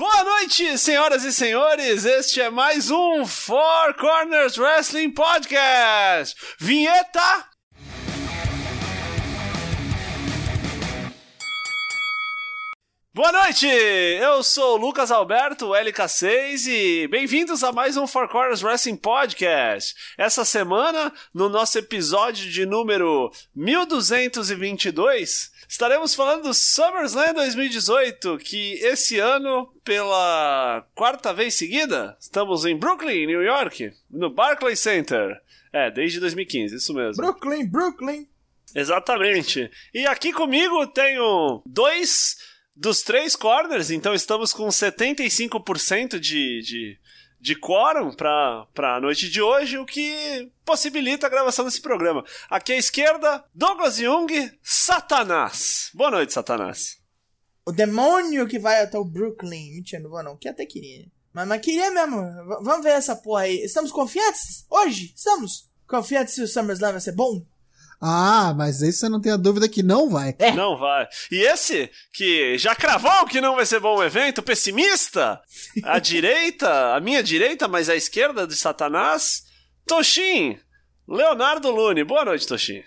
noite, senhoras e senhores. Este é mais um Four Corners Wrestling Podcast. Vinheta! Boa noite! Eu sou o Lucas Alberto, LK6, e bem-vindos a mais um Four Corners Wrestling Podcast. Essa semana, no nosso episódio de número 1222, estaremos falando do SummerSlam 2018, que esse ano, pela quarta vez seguida, estamos em Brooklyn, New York, no Barclays Center. É, desde 2015, isso mesmo. Brooklyn, Brooklyn. Exatamente. E aqui comigo tenho dois dos três corners, então estamos com 75% de, de, de quórum para a noite de hoje, o que possibilita a gravação desse programa. Aqui à esquerda, Douglas Jung, Satanás. Boa noite, Satanás. O demônio que vai até o Brooklyn. Mentira, não vou não, que até queria. Mas, mas queria mesmo. V- vamos ver essa porra aí. Estamos confiantes? Hoje? Estamos? Confiantes se o SummerSlam vai ser bom? Ah, mas aí você não tem a dúvida que não vai. É. Não vai. E esse, que já cravou que não vai ser bom o evento, pessimista, à direita, a minha direita, mas à esquerda de Satanás, Toshin, Leonardo Lune. Boa noite, Toshin.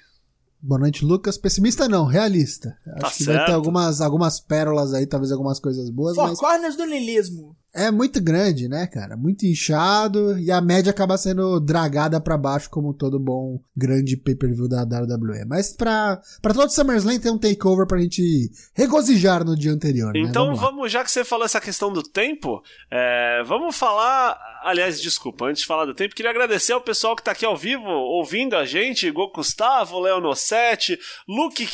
Boa noite, Lucas. Pessimista não, realista. Tá Acho que certo. vai ter algumas, algumas pérolas aí, talvez algumas coisas boas, Four mas Corners do Nilismo. é muito grande, né, cara? Muito inchado e a média acaba sendo dragada pra baixo, como todo bom grande pay-per-view da WWE. Mas pra, pra todo SummerSlam tem um takeover pra gente regozijar no dia anterior, né? Então Vamos vamos, lá. já que você falou essa questão do tempo, é, vamos falar. Aliás, desculpa, antes de falar do tempo, queria agradecer ao pessoal que tá aqui ao vivo, ouvindo a gente, Igor Gustavo, Leonossete, Luke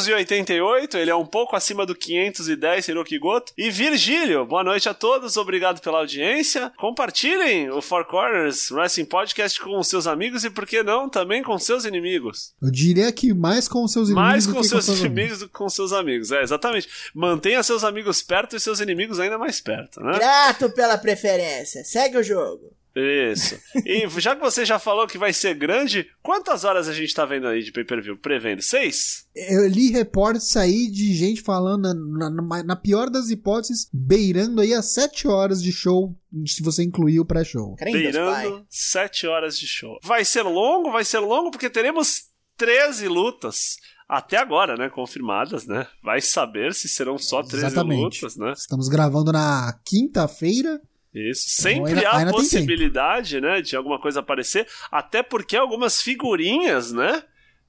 588, ele é um pouco acima do 510, Hiroki Goto, e Virgílio, boa noite a todos, obrigado pela audiência. Compartilhem o Four Corners Wrestling Podcast com os seus amigos e, por que não, também com seus inimigos. Eu diria que mais com seus inimigos Mais do com que seus seus inimigos do que com seus amigos, é, exatamente. Mantenha seus amigos perto e seus inimigos ainda mais perto, né? Grato pela preferência. Segue o jogo. Isso. E já que você já falou que vai ser grande, quantas horas a gente tá vendo aí de pay-per-view? Prevendo? Seis? Eu li reportes aí de gente falando, na, na- na pior das hipóteses, beirando aí as 7 horas de show, se você incluir o pré-show. Crê em Deus, pai. Beirando sete horas de show. Vai ser longo, vai ser longo, porque teremos 13 lutas. Até agora, né? Confirmadas, né? Vai saber se serão só 13 Exatamente. lutas, né? Estamos gravando na quinta-feira. Isso. Então, Sempre ainda- há ainda a tem possibilidade, né, de alguma coisa aparecer, até porque algumas figurinhas, né,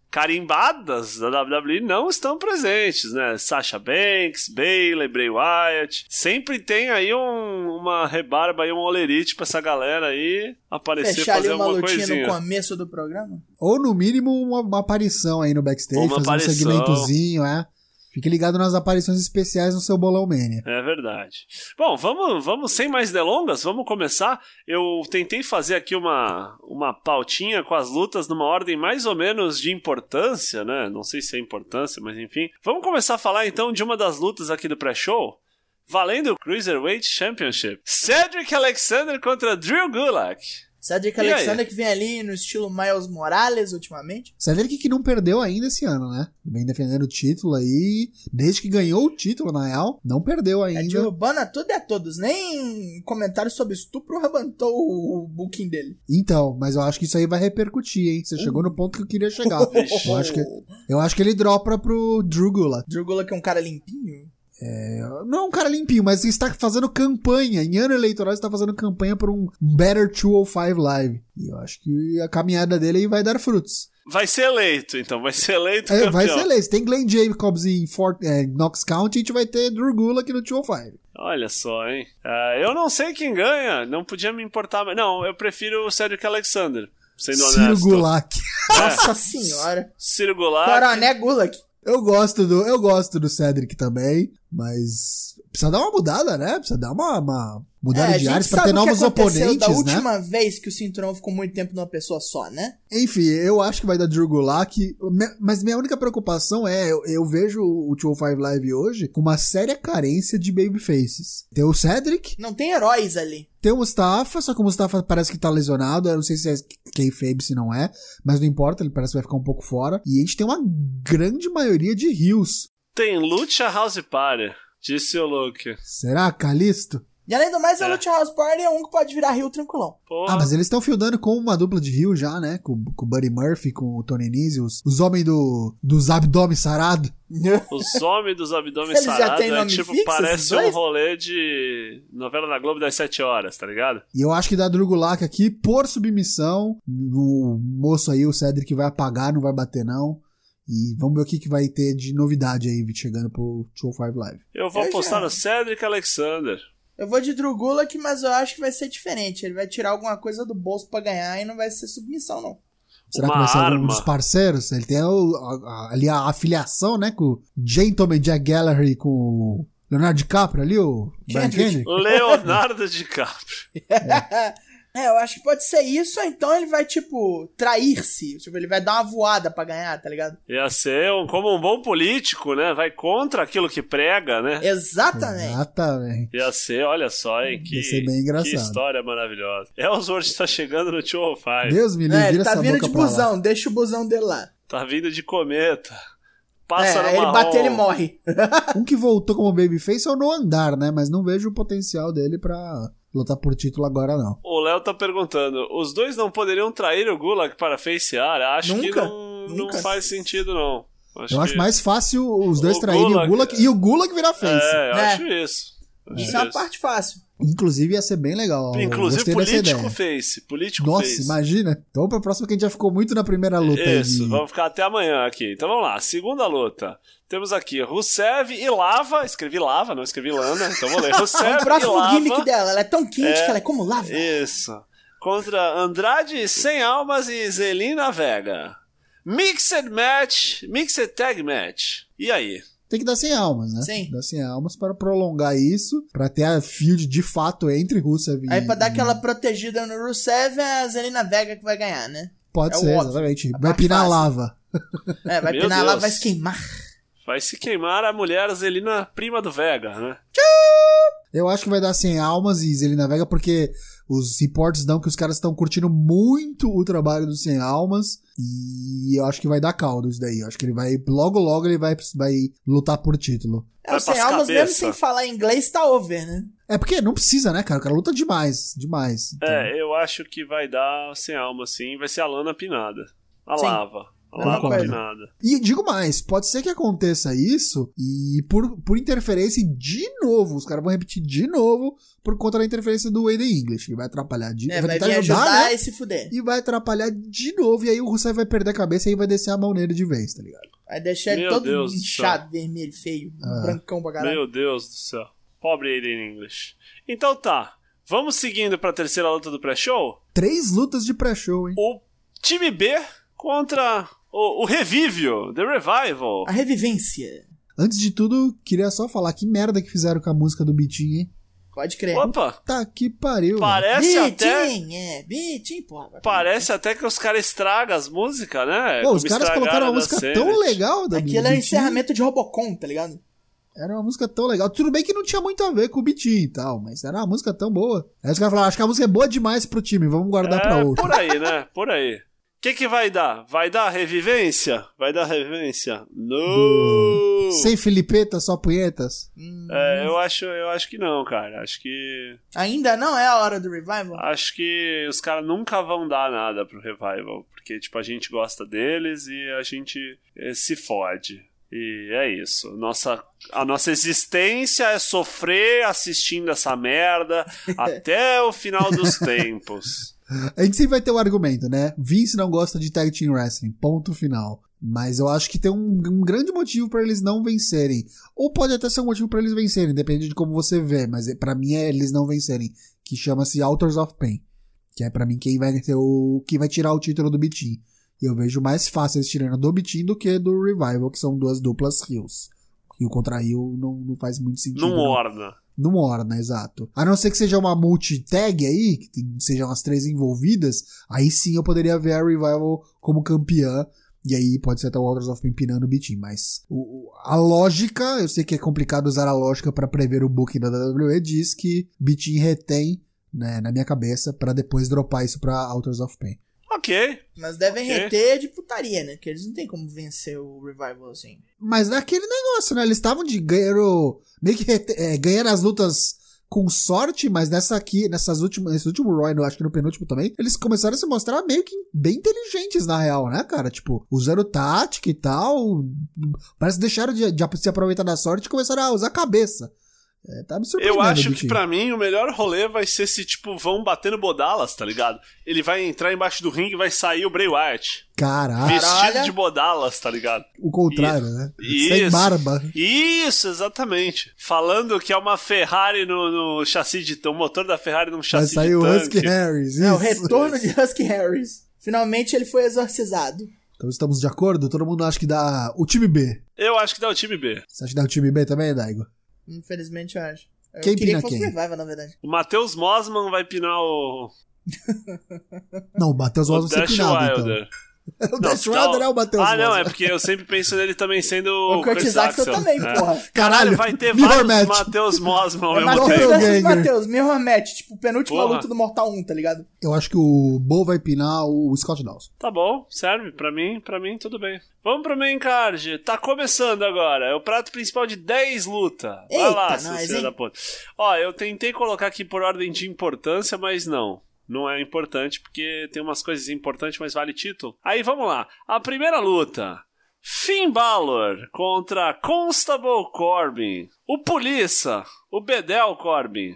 carimbadas da WWE não estão presentes, né? Sasha Banks, Bayley, Bray Wyatt. Sempre tem aí um- uma rebarba aí, um olerite pra essa galera aí aparecer, Fechar ali fazer uma alguma lutinha coisinha. no começo do programa. Ou no mínimo uma, uma aparição aí no backstage, Uma fazer aparição. um segmentozinho, é. Fique ligado nas aparições especiais no seu Bolão Mania. É verdade. Bom, vamos, vamos sem mais delongas, vamos começar. Eu tentei fazer aqui uma, uma pautinha com as lutas numa ordem mais ou menos de importância, né? Não sei se é importância, mas enfim. Vamos começar a falar então de uma das lutas aqui do pré-show. Valendo o Cruiserweight Championship. Cedric Alexander contra Drew Gulak. Cedric E aí? Alexander que vem ali no estilo Miles Morales ultimamente. Cedric que não perdeu ainda esse ano, né? Vem defendendo o título aí. Desde que ganhou o título, na real, não perdeu É ainda. derrubando a tudo e a todos. Nem comentário sobre estupro levantou o booking dele. Então, mas eu acho que isso aí vai repercutir, hein? Você chegou no ponto que eu queria chegar. Vixe. Eu acho que, eu acho que ele dropa pro Drew Gulak. Drew Gulak é um cara limpinho? Não é um cara limpinho, mas ele está fazendo campanha. Em ano eleitoral, ele está fazendo campanha por um Better 205 Live. E eu acho que a caminhada dele aí vai dar frutos. Vai ser eleito, então. Vai ser eleito É, campeão. vai ser lei. Se tem Glenn Jacobs em Fort, é, Knox County, a gente vai ter Drew Gulak no 205. Olha só, hein? Ah, eu não sei quem ganha. Não podia me importar. mas- Não, eu prefiro o Cedric Alexander. Sendo Ciro honesto. Gulak. É. Ah, Nossa senhora. né, Ciro Goulart. Coroné Gulak. Eu gosto do, eu gosto do Cedric também, mas precisa dar uma mudada, né? Precisa dar uma, uma mudada É, de ares pra ter o que novos aconteceu oponentes, da né? última vez que o cinturão ficou muito tempo numa pessoa só, né? Enfim, eu acho que vai dar Drew Gulak, me- mas minha única preocupação é, eu, eu vejo o 205 Live hoje com uma séria carência de babyfaces. Tem o Cedric, Não tem heróis ali. tem o Mustafa, só que o Mustafa parece que tá lesionado, eu não sei se é kayfabe, se não é, mas não importa, ele parece que vai ficar um pouco fora. E a gente tem uma grande maioria de rios. Tem Lucha House Party, disse o Luke. Será, Calisto? E além do mais, É. a Lucha House Party é um que pode virar rio tranquilão. Porra. Ah, mas eles estão fildando com uma dupla de Rio já, né? Com, com o Buddy Murphy, com o Tony Nese, os, os homens do, dos abdômen sarado. Os homens dos abdômen Eles já sarados têm é nome tipo, fixo, esses parece um dois? rolê de novela da Globo das 7 horas, tá ligado? E eu acho que da Drugulac aqui, por submissão, o moço aí, o Cedric, vai apagar, não vai bater não. E vamos ver o que, que vai ter de novidade aí chegando pro 205 Live. Eu vou Eu apostar já- no Cedric Alexander. Eu vou de Drugulak, mas eu acho que vai ser diferente. Ele vai tirar alguma coisa do bolso pra ganhar e não vai ser submissão, não. Será que Uma vai ser algum arma. dos parceiros? Ele tem o- a- a- ali a afiliação, né? Com o Gentleman Jack Gallery, com o Leonardo DiCaprio ali, o Brian Kendrick. Kendrick. Leonardo DiCaprio. é, eu acho que pode ser isso, ou então ele vai, tipo, trair-se. Tipo, ele vai dar uma voada pra ganhar, tá ligado? Ia ser um, como um bom político, né? Vai contra aquilo que prega, né? Ah, Exatamente. Exatamente. Ia ser, olha só, hein? Que, Ia ser bem que engraçado. história maravilhosa. Ellsworth tá chegando no 205. Deus me livre, É, vira ele tá essa vindo boca de pra lá. busão, deixa o busão dele lá. Tá vindo de cometa. É, Passa no aí ele marrom. bater, ele morre. Um que voltou como babyface é o no andar, né? Mas não vejo o potencial dele pra lutar por título agora, não. O Léo tá perguntando: os dois não poderiam trair o Gulag para facear? Acho que Nunca, não, não nunca. faz sentido, não. Eu acho que- mais fácil os dois O traírem Gulak- o Gulag e o Gulag virar face. É, eu né? acho isso. Acho Isso é uma isso. parte fácil. Inclusive ia ser bem legal. Eu Inclusive, Oh, Gostei dessa político ideia. face. Político Nossa, face. imagina. Então, pra próxima que a gente já ficou muito na primeira luta. aí de- Isso, vamos ficar até amanhã aqui. Então vamos lá, segunda luta. Temos aqui Rusev e Lava. Escrevi Lava, não escrevi Lana, então vou ler. É Rusev o e próximo gimmick Lava. dela. Ela é tão quente É. que ela é como lava. Isso. Contra Andrade Sem Almas e Zelina Vega. Mixed Match, Mixed Tag Match. E aí? Tem que dar 100 almas, né? Sim. Dar 100 almas para prolongar isso, pra ter a field de fato entre Rusev e... Aí pra dar e- aquela protegida no Rusev, é a Zelina Vega que vai ganhar, né? Pode é o ser, óbvio. exatamente. A Vai parte pinar fácil. lava. É, vai Meu pinar lá, Deus. vai se queimar. Vai se queimar a mulher Zelina, prima do Vega, né? Eu acho que vai dar 100 almas e Zelina Vega, porque os reportes dão que os caras estão curtindo muito o trabalho do 100 almas. E eu acho que vai dar caldo isso daí. Eu acho que ele vai, logo logo, ele vai, vai lutar por título. É, Vai o sem pras almas, cabeça. mesmo sem falar inglês, tá over, né? É porque não precisa, né, cara? O cara luta demais, demais. Então, É, eu acho que vai dar Sem Alma, sim. Vai ser a Lana pinada. A Sim. Lava. A Mesma Lava coisa. pinada. E digo mais, pode ser que aconteça isso e por, por interferência de novo, os caras vão repetir de novo por conta da interferência do Aiden English, que vai atrapalhar de É, vai vai tentar vir ajudar, ajudar né? e se fuder. E vai atrapalhar de novo, e aí o Rusev vai perder a cabeça e aí vai descer a mão nele de vez, tá ligado? Vai deixar ele Meu todo Deus do inchado, vermelho, feio, Ah. brancão pra caralho. Meu Deus do céu. Pobre Aiden English. Então tá. Vamos seguindo pra terceira luta do pré-show? Três lutas de pré-show, hein? O time B contra o, o Revívio, The Revival. A revivência. Antes de tudo, queria só falar que merda que fizeram com a música do Bitinho, hein? Pode crer. Opa! Tá que pariu. velho. Parece até. Bitim, é, Bitim, porra. Parece até que os caras estragam as músicas, né? Pô, os Como caras estragaram colocaram a uma música Sanity. tão legal da Aquilo é Bitinho. encerramento de Robocon, tá ligado? Era uma música tão legal. Tudo bem que não tinha muito a ver com o Bitinho e tal, mas era uma música tão boa. Aí os caras falaram, acho que a música é boa demais pro time, vamos guardar pra É, outro. por aí, né? Por aí. O que, que vai dar? Vai dar revivência? Vai dar revivência? No! Sem Filipeta, só punhetas. Hum, É, eu acho, eu acho que não, cara. Acho que Ainda não é a hora do revival? acho que os caras nunca vão dar nada pro revival, porque tipo a gente gosta deles e a gente eh, se fode. E é isso. Nossa, a nossa existência é sofrer assistindo essa merda até o final dos tempos. A gente sempre vai ter o argumento, né? Vince não gosta de tag team wrestling, ponto final. Mas eu acho que tem um, um grande motivo pra eles não vencerem. Ou pode até ser um motivo pra eles vencerem, depende de como você vê. Mas pra mim é eles não vencerem, que chama-se Authors of Pain, que é pra mim quem vai ser o quem vai tirar o título do Bitin. E eu vejo mais fácil eles tirando do Bitin do que do Revival, que são duas duplas rios. Rio contra Rio não, não faz muito sentido. Não não. orna. Não orna, né, exato. A não ser que seja uma multi-tag aí, que tem- sejam as três envolvidas, aí sim eu poderia ver a Revival como campeã. E aí pode ser até o Waters of Pain pinando o Bitin, mas o- o- a lógica, eu sei que é complicado usar a lógica pra prever o booking da WWE, diz que Bitin retém né, na minha cabeça pra depois dropar isso pra Authors of Pain. Ok. Mas devem Ok. reter de putaria, né? Porque eles não tem como vencer o revival assim. Mas naquele negócio, né? Eles estavam de ganhar o- meio que rete- é, ganhar as lutas com sorte, mas nessa aqui, nessas últimas, nesse último Roy, eu acho que no penúltimo também, eles começaram a se mostrar meio que bem inteligentes, na real, né, cara? Tipo, usando tática e tal. Parece que deixaram de, de se aproveitar da sorte e começaram a usar a cabeça. É, tá me surpreendendo. Eu acho que bichinho. pra mim o melhor rolê vai ser se, tipo, vão batendo bodalas, tá ligado? Ele vai entrar embaixo do ringue e vai sair o Bray Wyatt. Caralho, Vestido de bodalas, tá ligado? o contrário, né? Isso. Sem barba. Isso, exatamente. Falando que é uma Ferrari no, no chassi de. O motor da Ferrari num Vai chassi sair de o Husky né? tanque. Harris. É o isso. retorno de Husky Harris. Finalmente ele foi exorcizado. Então estamos de acordo? Todo mundo acha que dá o time B. Eu acho que dá o time B. Você acha que dá o time B também, Daigo? Infelizmente, eu acho. Eu Quem queria pina que fosse quem? Revival, na verdade. O Matheus Mosman vai pinar o, Não, o Matheus o Oswald vai Dash ser pinado, então. Wilder. O Dash não. Wilder é o Matheus Ah, não, Oswald. é porque eu sempre penso nele também sendo O Curtis Axel também, É. porra. Caralho, Vai ter Mirror vários match. Matheus Mosman ao É mesmo Matheus tempo. versus Doppelganger. Matheus, Mirror Match, tipo, penúltima Porra. luta do Mortal 1, tá ligado? Eu acho que o Bo vai pinar o Scott Dawson. Tá bom, serve. Pra mim, pra mim, tudo bem. Vamos pro main card. Tá começando agora. É o prato principal de 10 luta. Vai Eita, lá, nós, seu filho hein? da puta. Ó, eu tentei colocar aqui por ordem de importância, mas não. Não é importante, porque tem umas coisas importantes, mas vale título. Aí, vamos lá. A primeira luta. Finn Balor contra Constable Corbin. O Polícia, o Bedel Corbin.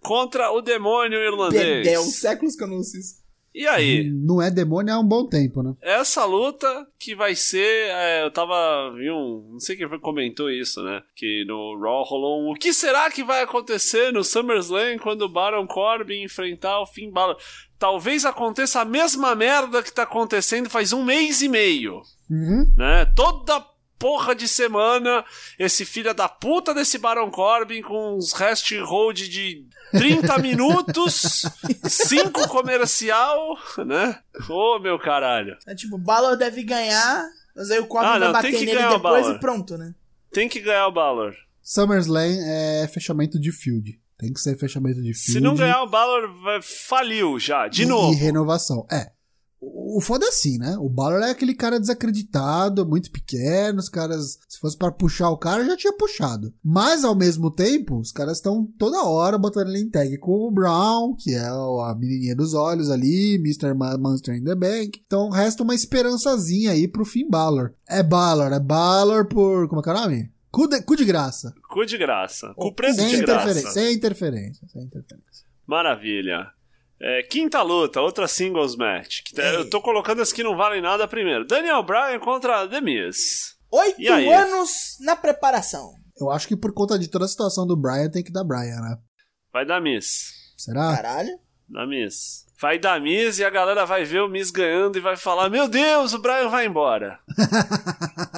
contra o Demônio Irlandês. Bedel, séculos que eu não uso isso. E aí? Não é demônio há um bom tempo, né? Essa luta que vai ser. é, eu tava. Vi um, não sei quem foi que comentou isso, né? Que no Raw rolou um. O que será que vai acontecer no SummerSlam quando o Baron Corbin enfrentar o Finn Balor? Talvez aconteça a mesma merda que tá acontecendo faz um mês e meio Uhum. né? Toda porra de semana, esse filho da puta desse Baron Corbin com uns rest hold de 30 minutos, 5 comercial, né? Ô, meu caralho. É tipo, o Balor deve ganhar, mas aí o Corbin Ah, vai não, bater tem que nele ganhar o depois Balor. e pronto, né? Tem que ganhar o Balor. SummerSlam é fechamento de field. Tem que ser fechamento de field. Se não ganhar o Balor, vai- faliu já, de e, novo. E renovação. É. O o foda é assim, né? O Balor é aquele cara desacreditado, muito pequeno. Os caras, se fosse pra puxar o cara, já tinha puxado. Mas, ao mesmo tempo, os caras estão toda hora botando ele em tag com o Brown, que é o- a menininha dos olhos ali, Mr. Ma- Monster in the Bank. Então, resta uma esperançazinha aí pro fim Balor. É Balor, é Balor por. Como é que é o nome? Cu de, cu de graça. Cu de graça. Cu Sem preto Sem de interferência, graça. sem interferência, sem interferência. Maravilha. É, quinta luta, outra singles match. Que tá- Ei. Eu tô colocando as que não valem nada primeiro. Daniel Bryan contra The Miz. E Oito aí? anos na preparação. Eu acho que por conta de toda a situação do Brian, tem que dar Brian, né? Vai dar Miz. Será? Caralho. Da Miss. Vai dar Miss e a galera vai ver o Miss ganhando e vai falar: Meu Deus, o Brian vai embora.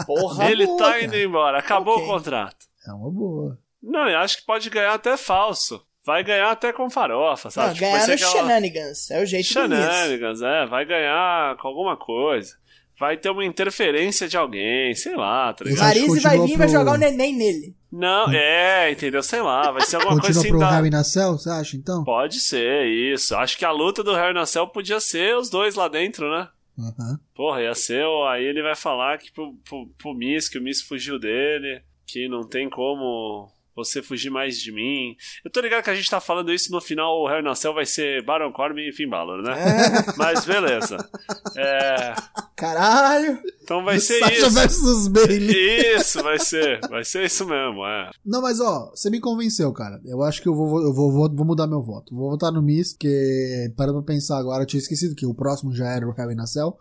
Porra, Ele boa, tá cara. indo embora, acabou Ok. o contrato. É uma boa. Não, eu acho que pode ganhar até falso. Vai ganhar até com farofa, sabe? Não, Tipo, vai Ah, ganhar ser no aquela- Shenanigans. É o jeito do Miz. Shenanigans, é, vai ganhar com alguma coisa. Vai ter uma interferência de alguém, sei lá, tá ligado? Vai- Marise Continua vai vir e vai pro- jogar o neném nele. Não, é, entendeu? Sei lá, vai ser alguma coisa Continua assim pro da, Harry na Cell, você acha, então? Pode ser, isso. Acho que a luta do Harry na Cell podia ser os dois lá dentro, né? Aham. Porra, ia ser. o- Aí ele vai falar que pro, pro, pro Miss, que o Miss fugiu dele, que não tem como você fugir mais de mim. Eu tô ligado que a gente tá falando isso no final, o Harry Nacel vai ser Baron Corbin e Finn Balor, né? Mas beleza. É, Caralho. então vai ser Sasha isso. versus Bailey. Isso, vai ser. Vai ser isso mesmo, é. Não, mas ó, você me convenceu, cara. Eu acho que eu vou, eu vou, vou, vou mudar meu voto. Vou votar no Miss, porque parando pra pensar agora, eu tinha esquecido que o próximo já era o Harry na Cell.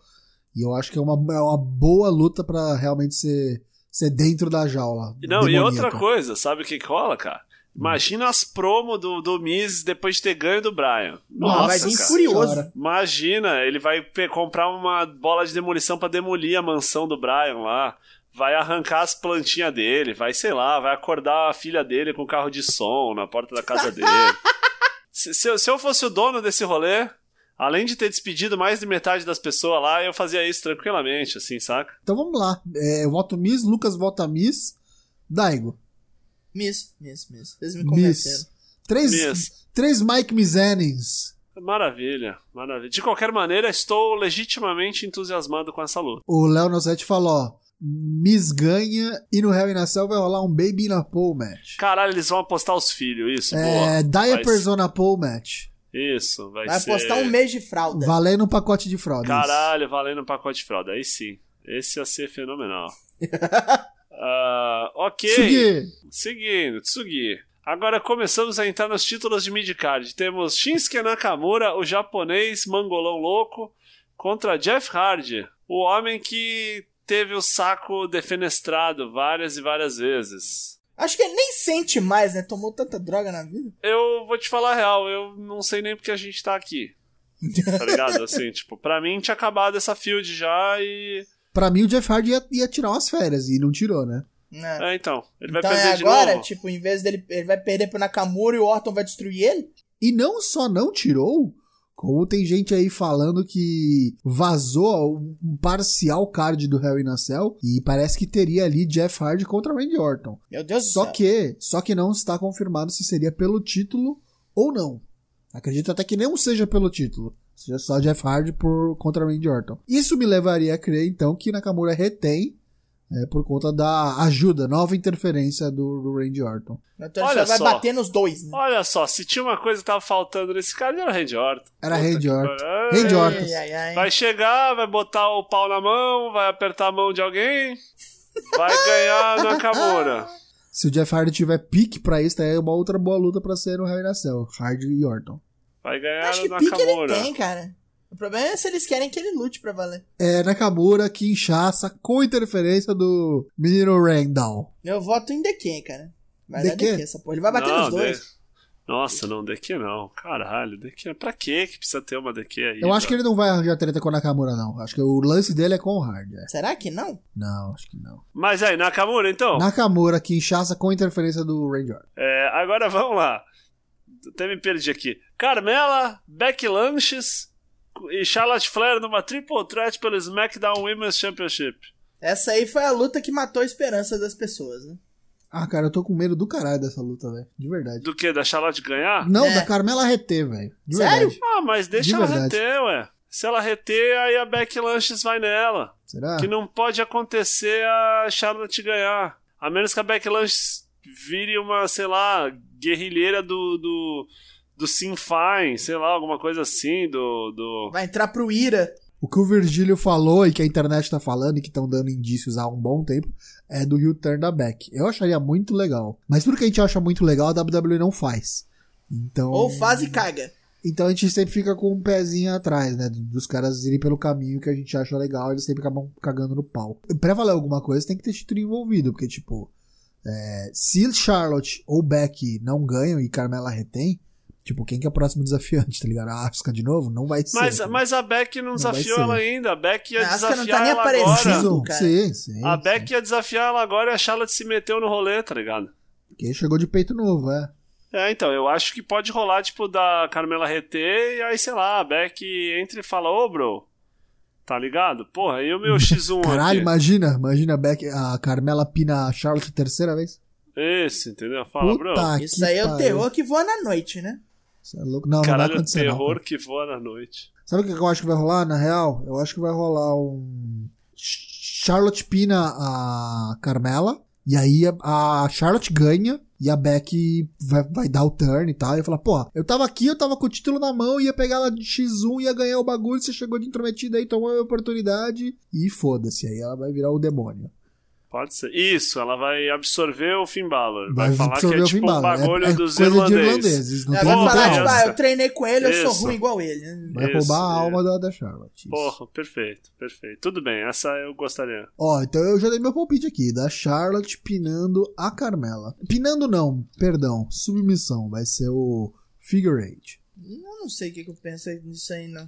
E eu acho que é uma, é uma boa luta pra realmente ser, ser dentro da jaula. Não, e outra demoníaca. coisa, sabe o que cola, cara? Imagina as promo do, do Miz depois de ter ganho do Brian. Nossa, Não, vai vir cara. furioso. senhora. Imagina, ele vai pe- comprar uma bola de demolição pra demolir a mansão do Brian lá. Vai arrancar as plantinhas dele, vai, sei lá, vai acordar a filha dele com carro de som na porta da casa dele. se, se eu- se eu fosse o dono desse rolê, além de ter despedido mais de metade das pessoas lá, eu fazia isso tranquilamente, assim, saca? Então vamos lá. É, eu voto Miss, Lucas vota Miss. Daigo. Miss, Miss, Miss. Vocês me convenceram. Miss. Três, Miss. três Mike Mizanins. Maravilha, maravilha. De qualquer maneira, estou legitimamente entusiasmado com essa luta. O Léo Nozete falou, ó, Miss ganha e no Hell in a Cell vai rolar um Baby in a Pole match. Caralho, eles vão apostar os filhos, isso, É, boa. Vai Diapers ser- on a Pole match. Isso, vai, Vai ser... apostar um mês de fralda. Valendo um pacote de fraldas. Caralho, valendo um pacote de fralda. Aí sim. Esse ia ser fenomenal. Ah, ok. Sugi, Seguindo, Tsugi. Agora começamos a entrar nos títulos de midcard. Temos Shinsuke Nakamura, o japonês mangolão louco, contra Jeff Hardy, o homem que teve o saco defenestrado várias e várias vezes. Acho que ele nem sente mais, né? Tomou tanta droga na vida. Eu vou te falar a real, eu não sei nem porque a gente tá aqui. Tá ligado? Assim, tipo, pra mim tinha acabado essa field já e. pra mim o Jeff Hardy ia, ia tirar umas férias e não tirou, né? Né? É, então. Ele vai Então perder é de agora, novo. tipo, em vez dele. Ele vai perder pro Nakamura e o Orton vai destruir ele? E não só não tirou, como tem gente aí falando que vazou um- um parcial card do Hell in a Cell e parece que teria ali Jeff Hardy contra Randy Orton. Meu Deus do Só céu. que, só que não está confirmado se seria pelo título ou não. Acredito até que não seja pelo título. Seja só Jeff Hardy por, contra Randy Orton. Isso me levaria a crer, então, que Nakamura retém é, por conta da ajuda, nova interferência do, do Randy Orton. Então ele Olha só vai só. bater nos dois, né? Olha só, se tinha uma coisa que tava faltando nesse cara, era o Randy Orton. Era Puta Randy que Orton. pariu. É, Randy Orton. Ai, ai, ai. Vai chegar, vai botar o pau na mão, vai apertar a mão de alguém, vai ganhar na Nakamura. Se o Jeff Hardy tiver pique pra isso, daí é uma outra boa luta pra ser no Hell in a Cell, Hardy e Orton. Vai ganhar Acho que na pique ele Nakamura. tem, cara. O problema é se eles querem que ele lute pra valer. É Nakamura que inchaça com interferência do menino Randall. Eu voto em DQ, cara. Vai DQ? dar DQ essa porra. Ele vai bater Não, nos dois. de- Nossa, não, DQ não. Caralho, DQ. Pra quê que precisa ter uma DQ aí? Eu acho que ele não vai arranjar treta com o Nakamura, não. Acho que o lance dele é com o Hardy. é. Será que não? Não, acho que não. Mas aí, Nakamura, então? Nakamura que inchaça com interferência do Randy Orton. É, agora vamos lá. Até me perdi aqui. Carmela, Becky Lanches e Charlotte Flair numa triple threat pelo SmackDown Women's Championship. Essa aí foi a luta que matou a esperança das pessoas, né? Ah, cara, eu tô com medo do caralho dessa luta, velho. De verdade. Do que? Da Charlotte ganhar? Não, É. da Carmela RT, velho. De Sério? verdade. Ah, mas deixa De ela verdade. reter, ué. Se ela reter, aí a Becky Lanches vai nela. Será? Que não pode acontecer a Charlotte ganhar. A menos que a Becky Lanches vire uma, sei lá, guerrilheira do. do. do Sinfine, sei lá, alguma coisa assim, do. do... Vai entrar pro Ira. O que o Virgílio falou e que a internet tá falando e que estão dando indícios há um bom tempo é do U-turn da Beck. Eu acharia muito legal. Mas tudo que a gente acha muito legal, a WWE não faz. Então. Ou faz e caga. Então a gente sempre fica com um pezinho atrás, né? do- Dos caras irem pelo caminho que a gente acha legal, eles sempre acabam cagando no pau. Pra valer alguma coisa, tem que ter título envolvido, porque, tipo, é, se Charlotte ou Becky não ganham e Carmela retém, tipo, quem que é o próximo desafiante, tá ligado? A Asuka de novo? Não vai ser. Mas, tá ligado? mas a Beck não vai desafiou ser. né? ela ainda. A Beck ia A Asuka não desafiar tá nem ela aparecendo. agora. Precisam, cara. sim, sim. A sim. Beck ia desafiar ela agora e a Charlotte se meteu no rolê, tá ligado? Porque chegou de peito novo, é. É, então, eu acho que pode rolar, tipo, da Carmela reter e aí, sei lá, a Beck entra e fala, ô, bro, tá ligado? Porra, e o meu X1 Caralho, aqui? imagina, imagina a, Beck, a Carmela pina a Charlotte terceira vez. Esse, entendeu? Fala, bro, Puta Isso que aí é o pariu. terror que voa na noite, né? Isso é louco. Não, não vai caralho, acontecer. não, terror que voa na noite. Sabe o que eu acho que vai rolar, na real? Eu acho que vai rolar um. Charlotte pina a Carmela. E aí a, a Charlotte ganha. E a Beck vai, vai dar o turn e tal. E fala, porra, eu tava aqui, eu tava com o título na mão, ia pegar ela de X1, ia ganhar o bagulho, você chegou de intrometida aí, tomou a minha oportunidade. E foda-se, aí ela vai virar o demônio. Pode ser. Isso, ela vai absorver o Finn Balor. Vai, falar que absorver é o tipo Finn um Balor. bagulho é, é dos coisa de irlandeses. irlandeses. Não Ela tem vai Bom, não tem falar, criança. essa. tipo, ah, eu treinei com ele, eu Isso. sou ruim igual ele. né? Vai Isso, roubar a é. alma da, da Charlotte. isso. Porra, perfeito, perfeito. Tudo bem, essa eu gostaria. Ó, então eu já dei meu palpite aqui, da Charlotte pinando a Carmela. Pinando não, perdão, submissão, vai ser o Figure Eight. Eu não sei o que, que eu penso nisso aí, não.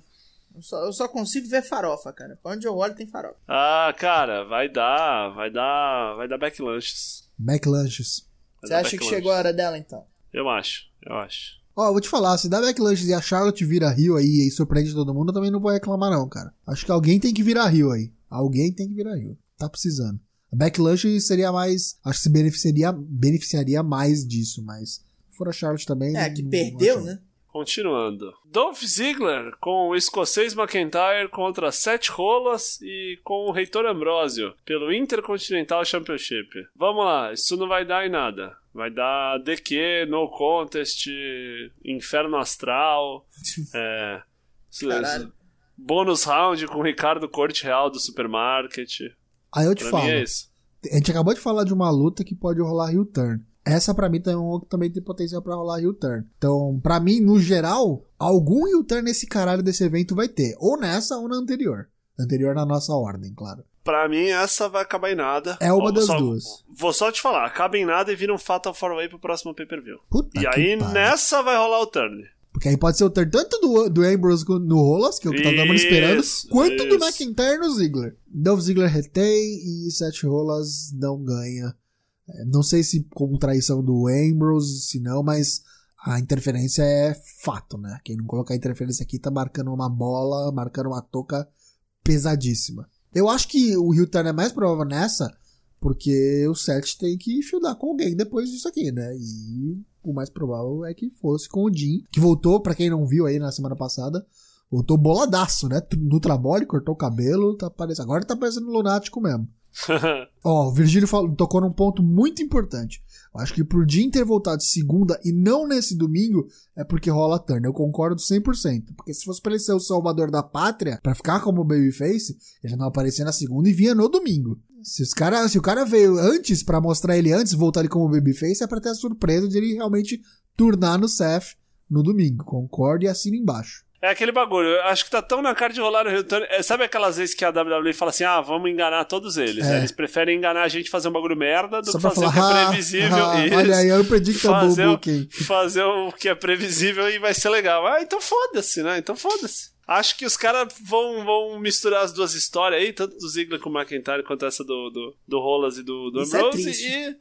Eu só, eu só consigo ver farofa, cara. Pra onde eu olho tem farofa. Ah, cara, vai dar, vai dar, vai dar backlunches. Backlunches. Vai Você dar acha que backlunches. chegou a hora dela, então? Eu acho, eu acho. Ó, eu vou te falar, se dá Backlunches e a Charlotte vira Rio aí e surpreende todo mundo, eu também não vou reclamar não, cara. Acho que alguém tem que virar Rio aí. Alguém tem que virar Rio. Tá precisando. A Backlash seria mais, acho que se beneficiaria, beneficiaria mais disso, mas se for a Charlotte também... É, não- que não- não perdeu, Hum, acho. né? Continuando. Dolph Ziggler com o escocês McIntyre contra Seth Rolas e com o Reitor Ambrosio pelo Intercontinental Championship. Vamos lá, isso não vai dar em nada. Vai dar DQ, no contest, inferno astral, é, Caralho. bônus round com o Ricardo Corte Real do supermarket. Aí eu te Pra falo. mim é isso. A gente acabou de falar de uma luta que pode rolar heel turn. Essa pra mim tem um- também tem potencial pra rolar heel turn. Então, pra mim, no geral, algum heel turn nesse caralho desse evento vai ter. Ou nessa ou na anterior. Anterior na nossa ordem, claro. Pra mim, essa vai acabar em nada. É uma Ó, vou das só- duas. Vou só te falar, acaba em nada e vira um Fatal 4-Way pro próximo pay-per-view. Puta e Tá que aí, né? pariu. nessa vai rolar o turn. Porque aí pode ser o turn tanto do, do Ambrose com- no Rolas, que é o que tá todo mundo esperando, Isso, quanto do isso. McIntyre no Ziggler. Dolph Ziggler retém e Seth Rolas não ganha. É, Não sei se com traição do Ambrose, se não, mas a interferência é fato, né? Quem não colocar interferência aqui tá marcando uma bola, marcando uma touca pesadíssima. Eu acho que o Hilton é mais provável nessa, porque o Seth tem que fildar com alguém depois disso aqui, né? E o mais provável é que fosse com o Jim, que voltou, pra quem não viu aí na semana passada, voltou boladaço, né? No trabalho, cortou o cabelo, tá parecendo, agora tá parecendo um lunático mesmo. Ó, o Virgílio falou- tocou num ponto muito importante. Eu acho que pro Jim ter voltado segunda e não nesse domingo é porque rola a turn. Eu concordo 100%. Porque se fosse pra ele ser o salvador da pátria, pra ficar como babyface, ele não aparecia na segunda e vinha no domingo. Se, os cara, se o cara veio antes pra mostrar ele antes, voltar ele como babyface, é pra ter a surpresa de ele realmente turnar no Seth no domingo. Concordo e assina embaixo. É aquele bagulho, eu acho que tá tão na cara de rolar o retorno. É, sabe aquelas vezes que a WWE fala assim: ah, vamos enganar todos eles. né? É. Eles preferem enganar a gente fazer um bagulho merda do Só que pra fazer falar, o que é ah, previsível. ah, Isso. olha aí, eu predicto a Fazer o- Booking. fazer o que é previsível e vai ser legal. Ah, então foda-se, né? Então foda-se. Acho que os caras vão, vão misturar as duas histórias aí, tanto do Ziggler com o McIntyre quanto essa do, do, do Rollins e do, do Isso é Ambrose, triste. e,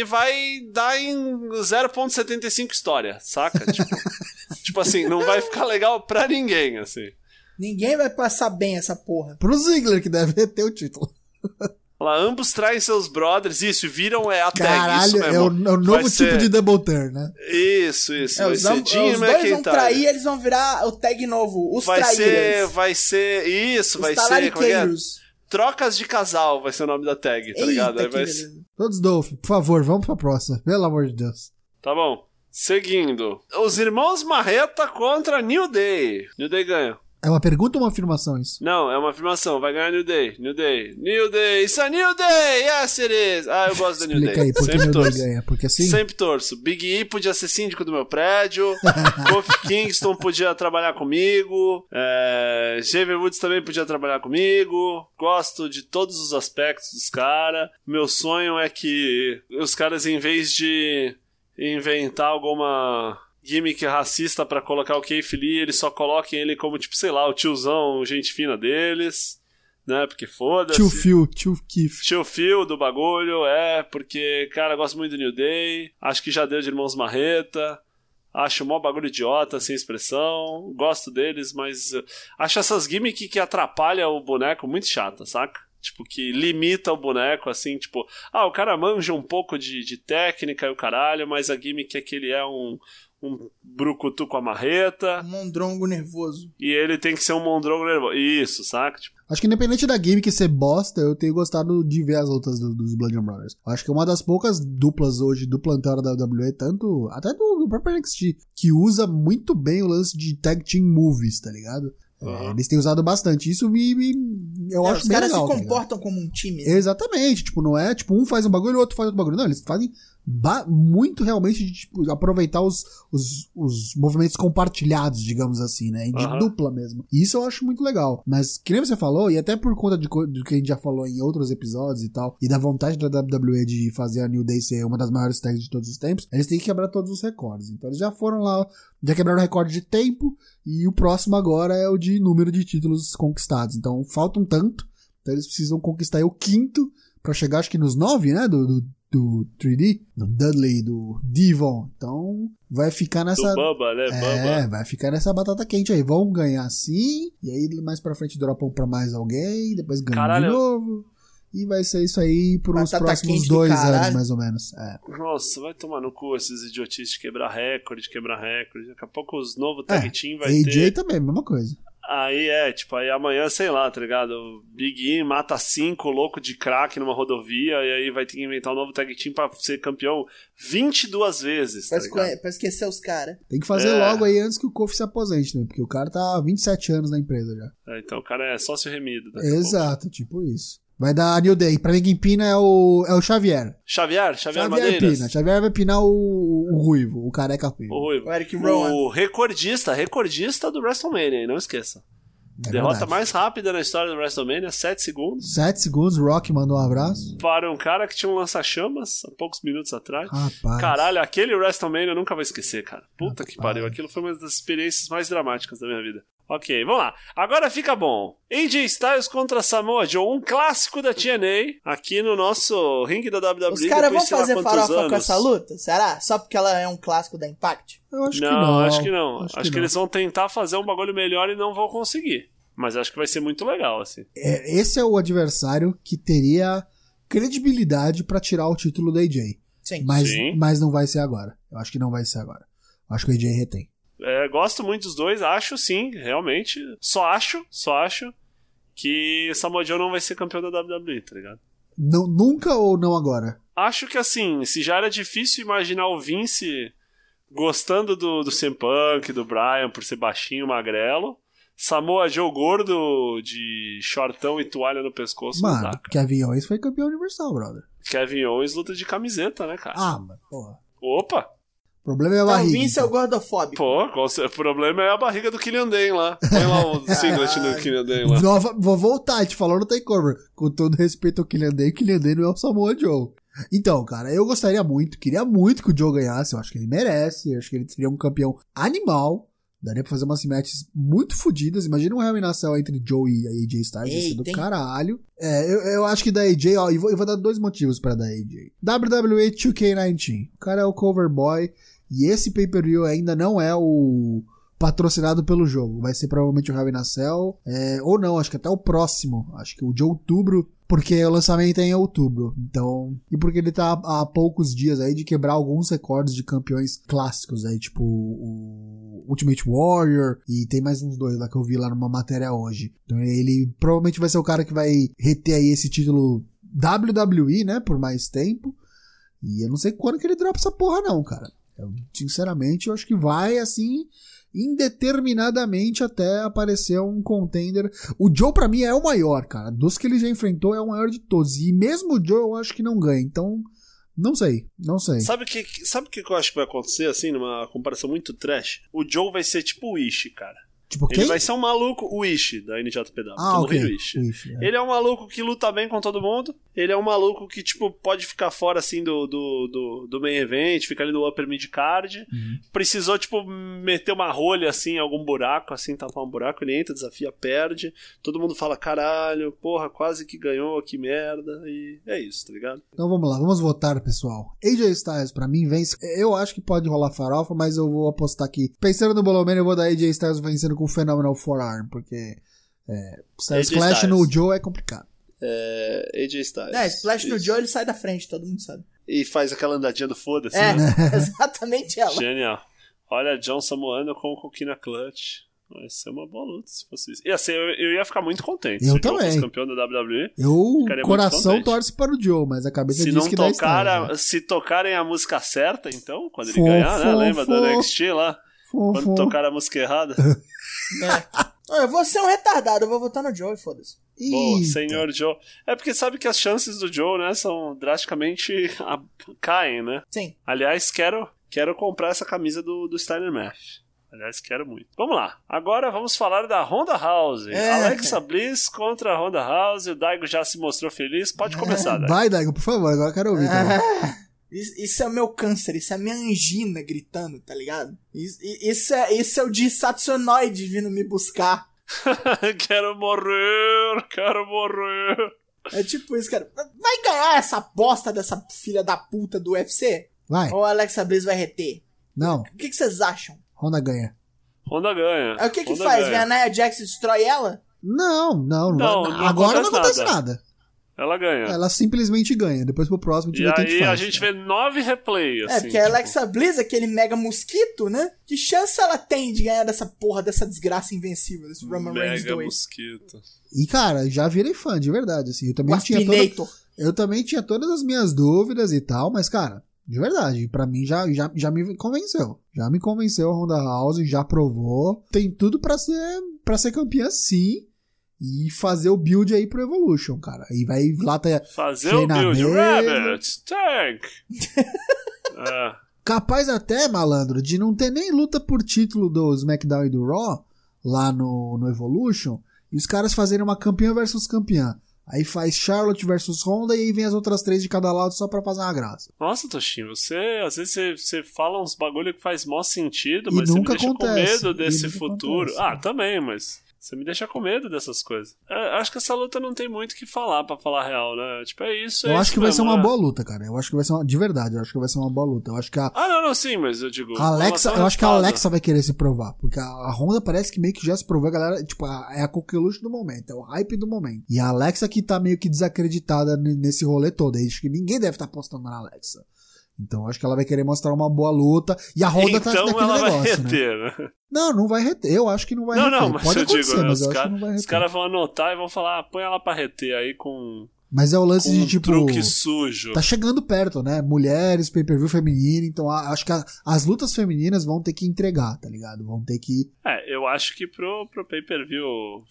e vai dar em 0.75 história, saca? Tipo, tipo assim, não vai ficar legal pra ninguém, assim. Ninguém vai passar bem essa porra. Pro Ziggler, que deve ter o título. Lá, ambos traem seus brothers, isso, e viram é a tag, isso Caralho, mesmo. é o, é o novo Vai tipo ser- de double turn, né? Isso, isso. É, vai os ser né, am- Jim os dois vão McIntyre. trair, eles vão virar o tag novo. Os tá Vai ser, traíras. vai ser, isso, os vai ser, como é que é? talariqueiros. Trocas de casal vai ser o nome da tag, tá ligado? Aí Eita, que vai ser- beleza. Todos Dolph, por favor, vamos pra próxima. Pelo amor de Deus. Tá bom. Seguindo. Os irmãos Marreta contra New Day. New Day ganha. É uma pergunta ou uma afirmação isso? Não, é uma afirmação. Vai ganhar New Day. New Day. New Day. It's a New Day. Yes, it is. Ah, eu gosto da New Explica Day. aí por que Sempre meu Deus torço. ganha. Porque assim, Sempre torço. Big E podia ser síndico do meu prédio. Kofi Kingston podia trabalhar comigo. É... Xavier Woods também podia trabalhar comigo. Gosto de todos os aspectos dos caras. Meu sonho é que os caras, em vez de inventar alguma gimmick racista pra colocar o Keith Lee, eles só coloquem ele como, tipo, sei lá, o tiozão, gente fina deles. Né? Porque foda-se. tio Phil, tio Keith. Tio Phil do bagulho, é, porque, cara, eu gosto muito do New Day, acho que já deu de Irmãos Marreta, acho mó bagulho idiota, sem expressão, gosto deles, mas eh, acho essas gimmicks que atrapalham o boneco muito chata, saca? Tipo, que limita o boneco, assim, tipo, ah, o cara manja um pouco de, de técnica e o caralho, mas a gimmick é que ele é um, um brucutu com a marreta, Um mondrongo nervoso. e ele tem que ser um mondrongo nervoso. Isso, saca? Tipo, Acho que independente da game que ser bosta, eu tenho gostado de ver as lutas do- dos Blood and Brothers. Acho que é uma das poucas duplas hoje do plantel da WWE, tanto até do, do próprio NXT, que usa muito bem o lance de tag team movies, tá ligado? É, Uhum. eles têm usado bastante. Isso me. me- eu É, acho os bem caras legal. se tá ligado? comportam como um time. Exatamente, tipo, não é tipo um faz um bagulho e o outro faz outro bagulho. Não, eles fazem ba- muito realmente de tipo, aproveitar os, os, os movimentos compartilhados, digamos assim, né? E De Aham. dupla mesmo. E isso eu acho muito legal. Mas, que nem você falou, e até por conta de co- do que a gente já falou em outros episódios e tal, e da vontade da WWE de fazer a New Day ser uma das maiores tags de todos os tempos, eles têm que quebrar todos os recordes. Então eles já foram lá, já quebraram o recorde de tempo, e o próximo agora é o de número de títulos conquistados. Então falta um tanto. Então eles precisam conquistar aí o quinto pra chegar, acho que nos nove, né? Do, do, do 3D, do Dudley, do Devon. Então vai ficar nessa. do Bamba, né? Bamba. É, vai ficar nessa batata quente aí. Vão ganhar sim, e aí mais pra frente dropam pra mais alguém, depois ganham Caralho. de novo. E vai ser isso aí por uns Batata próximos quente do dois caralho. anos, mais ou menos. É. Nossa, vai tomar no cu esses idiotices de quebrar recorde, quebrar recorde. Daqui a pouco os novos É, tag team vai AJ ter. também, mesma coisa. Aí é, tipo, aí amanhã, sei lá, tá ligado? O Big E mata cinco louco de crack numa rodovia e aí vai ter que inventar um novo tag team pra ser campeão 22 vezes, tá Pra, esco- ligado? pra esquecer os caras. Tem que fazer É. logo aí antes que o Kofi se aposente, né? Porque o cara tá há 27 anos na empresa já. É, então o cara é sócio remido. daqui a pouco. Exato, tipo isso. Vai dar New Day. Pra mim, quem pina é o, é o Xavier. Xavier, Xavier, Xavier Madeiras. pina. Xavier vai pinar o, o ruivo, o careca ruivo. O Ruivo. O Eric Rowan. O recordista, recordista do WrestleMania, hein? não esqueça. É Derrota verdade. mais rápida na história do WrestleMania, 7 segundos. 7 segundos, Rock mandou um abraço. Para um cara que tinha um lança-chamas há poucos minutos atrás. Rapaz. Caralho, aquele WrestleMania eu nunca vou esquecer, cara. Puta que Rapaz. pariu, aquilo foi uma das experiências mais dramáticas da minha vida. Ok, vamos lá. Agora fica bom. AJ Styles contra Samoa Joe, um clássico da TNA, aqui no nosso ringue da WWE. Os depois caras vão de sei lá fazer quantos farofa com anos. essa luta? Será? Só porque ela é um clássico da Impact? Eu acho não, que não. acho que não. Acho, que, não. eles vão tentar fazer um bagulho melhor e não vão conseguir. Mas acho que vai ser muito legal, assim. É, esse é o adversário que teria credibilidade pra tirar o título do AJ. Sim. Mas, Sim. mas não vai ser agora. Eu acho que não vai ser agora. Eu acho que o AJ retém. É, gosto muito dos dois, acho sim, realmente. Só acho, só acho que Samoa Joe não vai ser campeão da WWE, tá ligado? Não, nunca ou não agora? Acho que assim, se já era difícil imaginar o Vince gostando do, do CM Punk, do Brian, por ser baixinho, magrelo. Samoa Joe gordo de shortão e toalha no pescoço. não dá, Mano, cara. porque aviões foi campeão universal, brother. Kevin Owens luta de camiseta, né, cara? Ah, mano, porra. Opa! O problema é a Então, o barriga. Vince é o então. gordofóbico. Pô, qual se- o problema é a barriga do Killian Dane lá. Põe lá o singlet do Killian Dane lá. Nova- vou voltar, a gente falou no Takeover. Com todo respeito ao Kylian Day, o Kylian Day não é o Samoa Joe. Então, cara, eu gostaria muito, queria muito que o Joe ganhasse. Eu acho que ele merece, eu acho que ele seria um campeão animal. Daria pra fazer umas matches muito fodidas. Imagina um Hell in a Cell entre Joe e AJ Styles, ia ser Eita, do hein? caralho. É, eu, eu acho que da AJ, ó, eu vou, eu vou dar dois motivos pra da AJ. WWE 2K19. O cara é o cover boy. E esse pay-per-view ainda não é o patrocinado pelo jogo. Vai ser provavelmente o Hell in a Cell, é, ou não, acho que até o próximo, acho que o de outubro, porque o lançamento é em outubro. Então, e porque ele tá há há poucos dias aí de quebrar alguns recordes de campeões clássicos aí, tipo o Ultimate Warrior e tem mais uns dois lá que eu vi lá numa matéria hoje. Então, ele provavelmente vai ser o cara que vai reter aí esse título WWE, né, por mais tempo. E eu não sei quando que ele dropa essa porra não, cara. Eu, sinceramente, eu acho que vai assim indeterminadamente até aparecer um contender. O Joe, pra mim, é o maior, cara. Dos que ele já enfrentou, é o maior de todos. E mesmo o Joe, eu acho que não ganha. Então, não sei. Não sei. Sabe o que, sabe o que eu acho que vai acontecer, assim, numa comparação muito trash? O Joe vai ser tipo o Ishi, cara. Tipo, quem? Ele vai ser um maluco, o Ishi, da NJPW. Ah, todo ok. Rio Ishi. Ixi, é. Ele é um maluco que luta bem com todo mundo. Ele é um maluco que, tipo, pode ficar fora, assim, do, do, do, do main event, fica ali no upper mid card. Uhum. Precisou, tipo, meter uma rolha, assim, em algum buraco, assim, tapar um buraco. Ele entra, desafia, perde. Todo mundo fala, caralho, porra, quase que ganhou, que merda. E é isso, tá ligado? Então vamos lá, vamos votar, pessoal. AJ Styles, pra mim, vence. Eu acho que pode rolar farofa, mas eu vou apostar aqui. Pensando no Bolomeno, eu vou dar AJ Styles vencendo com o Phenomenal Forearm, porque. É, Styles AJ Clash Styles. no Joe é complicado. É, AJ Styles. É, Splash no Isso. Joe ele sai da frente, todo mundo sabe. E faz aquela andadinha do foda-se. É, né? exatamente ela. Genial. Olha, John Samoano com o Coquina Clutch. Vai ser uma boa luta se fosse isso. Ia ser, eu, eu ia ficar muito contente. Eu se o John também. fosse campeão da WWE. Eu, Ficaria muito coração, contente. torce para o Joe, mas a cabeça Se diz não que dá tocar Styles, né? a- se tocarem a música certa, então, quando ele Fofo, ganhar, né? Lembra do fofo. NXT lá? Quando Fofo. tocar a música errada. Não, eu vou ser um retardado, eu vou votar no Joe, foda-se. Boa, Eita. senhor Joe. É porque sabe que as chances do Joe, né, são drasticamente a- caem, né? Sim. Aliás, quero, quero comprar essa camisa do, do Steiner Math. Aliás, quero muito. Vamos lá. Agora vamos falar da Honda House. É. Alexa Bliss contra a Honda House. O Daigo já se mostrou feliz. É, Pode começar, né? Daigo. Vai, Daigo, por favor, agora eu quero ouvir. cara. Ah, Isso isso é o meu câncer, isso é a minha angina gritando, tá ligado? Isso, isso é, isso é o dissacionoide vindo me buscar. quero morrer, quero morrer. É tipo isso, cara. Vai ganhar essa bosta dessa filha da puta do UFC? Vai. Ou a Alexa Bliss vai reter? Não, O que, que vocês acham? Honda ganha. Honda ganha. Aí O que que Honda faz? ganha. Vem a Nia Jax e destrói ela? Não, não, não. Não, vai- não agora acontece não acontece nada. É. Ela ganha. Ela simplesmente ganha. Depois pro próximo a gente E vê quem que aí faz. a gente vê nove assim, replays. né? É, porque a Alexa Bliss, aquele mega mosquito, né? Que chance ela tem de ganhar dessa porra, dessa desgraça tipo, invencível, desse Roman Reigns Mega 2? mosquito. E, cara, já virei fã, de verdade, assim. Eu também, tinha toda- Waspinator. eu também tinha todas as minhas dúvidas e tal, mas, cara, de verdade, pra mim já, já, já me convenceu. Já me convenceu a Honda House, já provou. Tem tudo pra ser, pra ser campeã, sim. E fazer o build aí pro Evolution, cara. E vai lá até. Fazer o build. Treinamento. Rabbit. Tank. é. Capaz até, malandro, de não ter nem luta por título do SmackDown e do Raw lá no, no Evolution e os caras fazerem uma campeã versus campeã. Aí faz Charlotte versus Honda e aí vem as outras três de cada lado só pra fazer uma graça. Nossa, Toshinho, você às vezes você, você fala uns bagulho que faz mó sentido, E mas você me nunca deixa acontece, com medo e desse nunca futuro. acontece. Ah, também, mas você me deixa com medo dessas coisas. É, acho que essa luta não tem muito o que falar, pra falar a real, né? Tipo, é isso. é eu isso acho que vai mesmo, ser uma né? boa luta, cara. Eu acho que vai ser uma, de verdade, eu acho que vai ser uma boa luta. Eu acho que a Ah, não, não, sim, mas eu digo. tá a Alexa, relação eu acho que a resultado. Alexa vai querer se provar, porque a- a Honda parece que meio que já se provou, a galera, tipo, a- é a coqueluche do momento, é o hype do momento. E a Alexa que tá meio que desacreditada ne- nesse rolê todo, aí acho que ninguém deve estar apostando na Alexa. Então eu acho que ela vai querer mostrar uma boa luta e a Honda tá Então naquele ela vai negócio, né? reter, né? Não, não vai reter. Eu acho que não vai Não, reter. não, mas Pode eu acontecer, digo, né, mas eu os acho que não vai caras reter. cara vão anotar e vão falar, ah, põe ela pra reter aí com, Mas é o com lance um de tipo truque sujo. Tá chegando perto, né? Mulheres, pay-per-view feminino, então a- acho que a- as lutas femininas vão ter que entregar, tá ligado? Vão ter que É, eu acho que pro, pro pay-per-view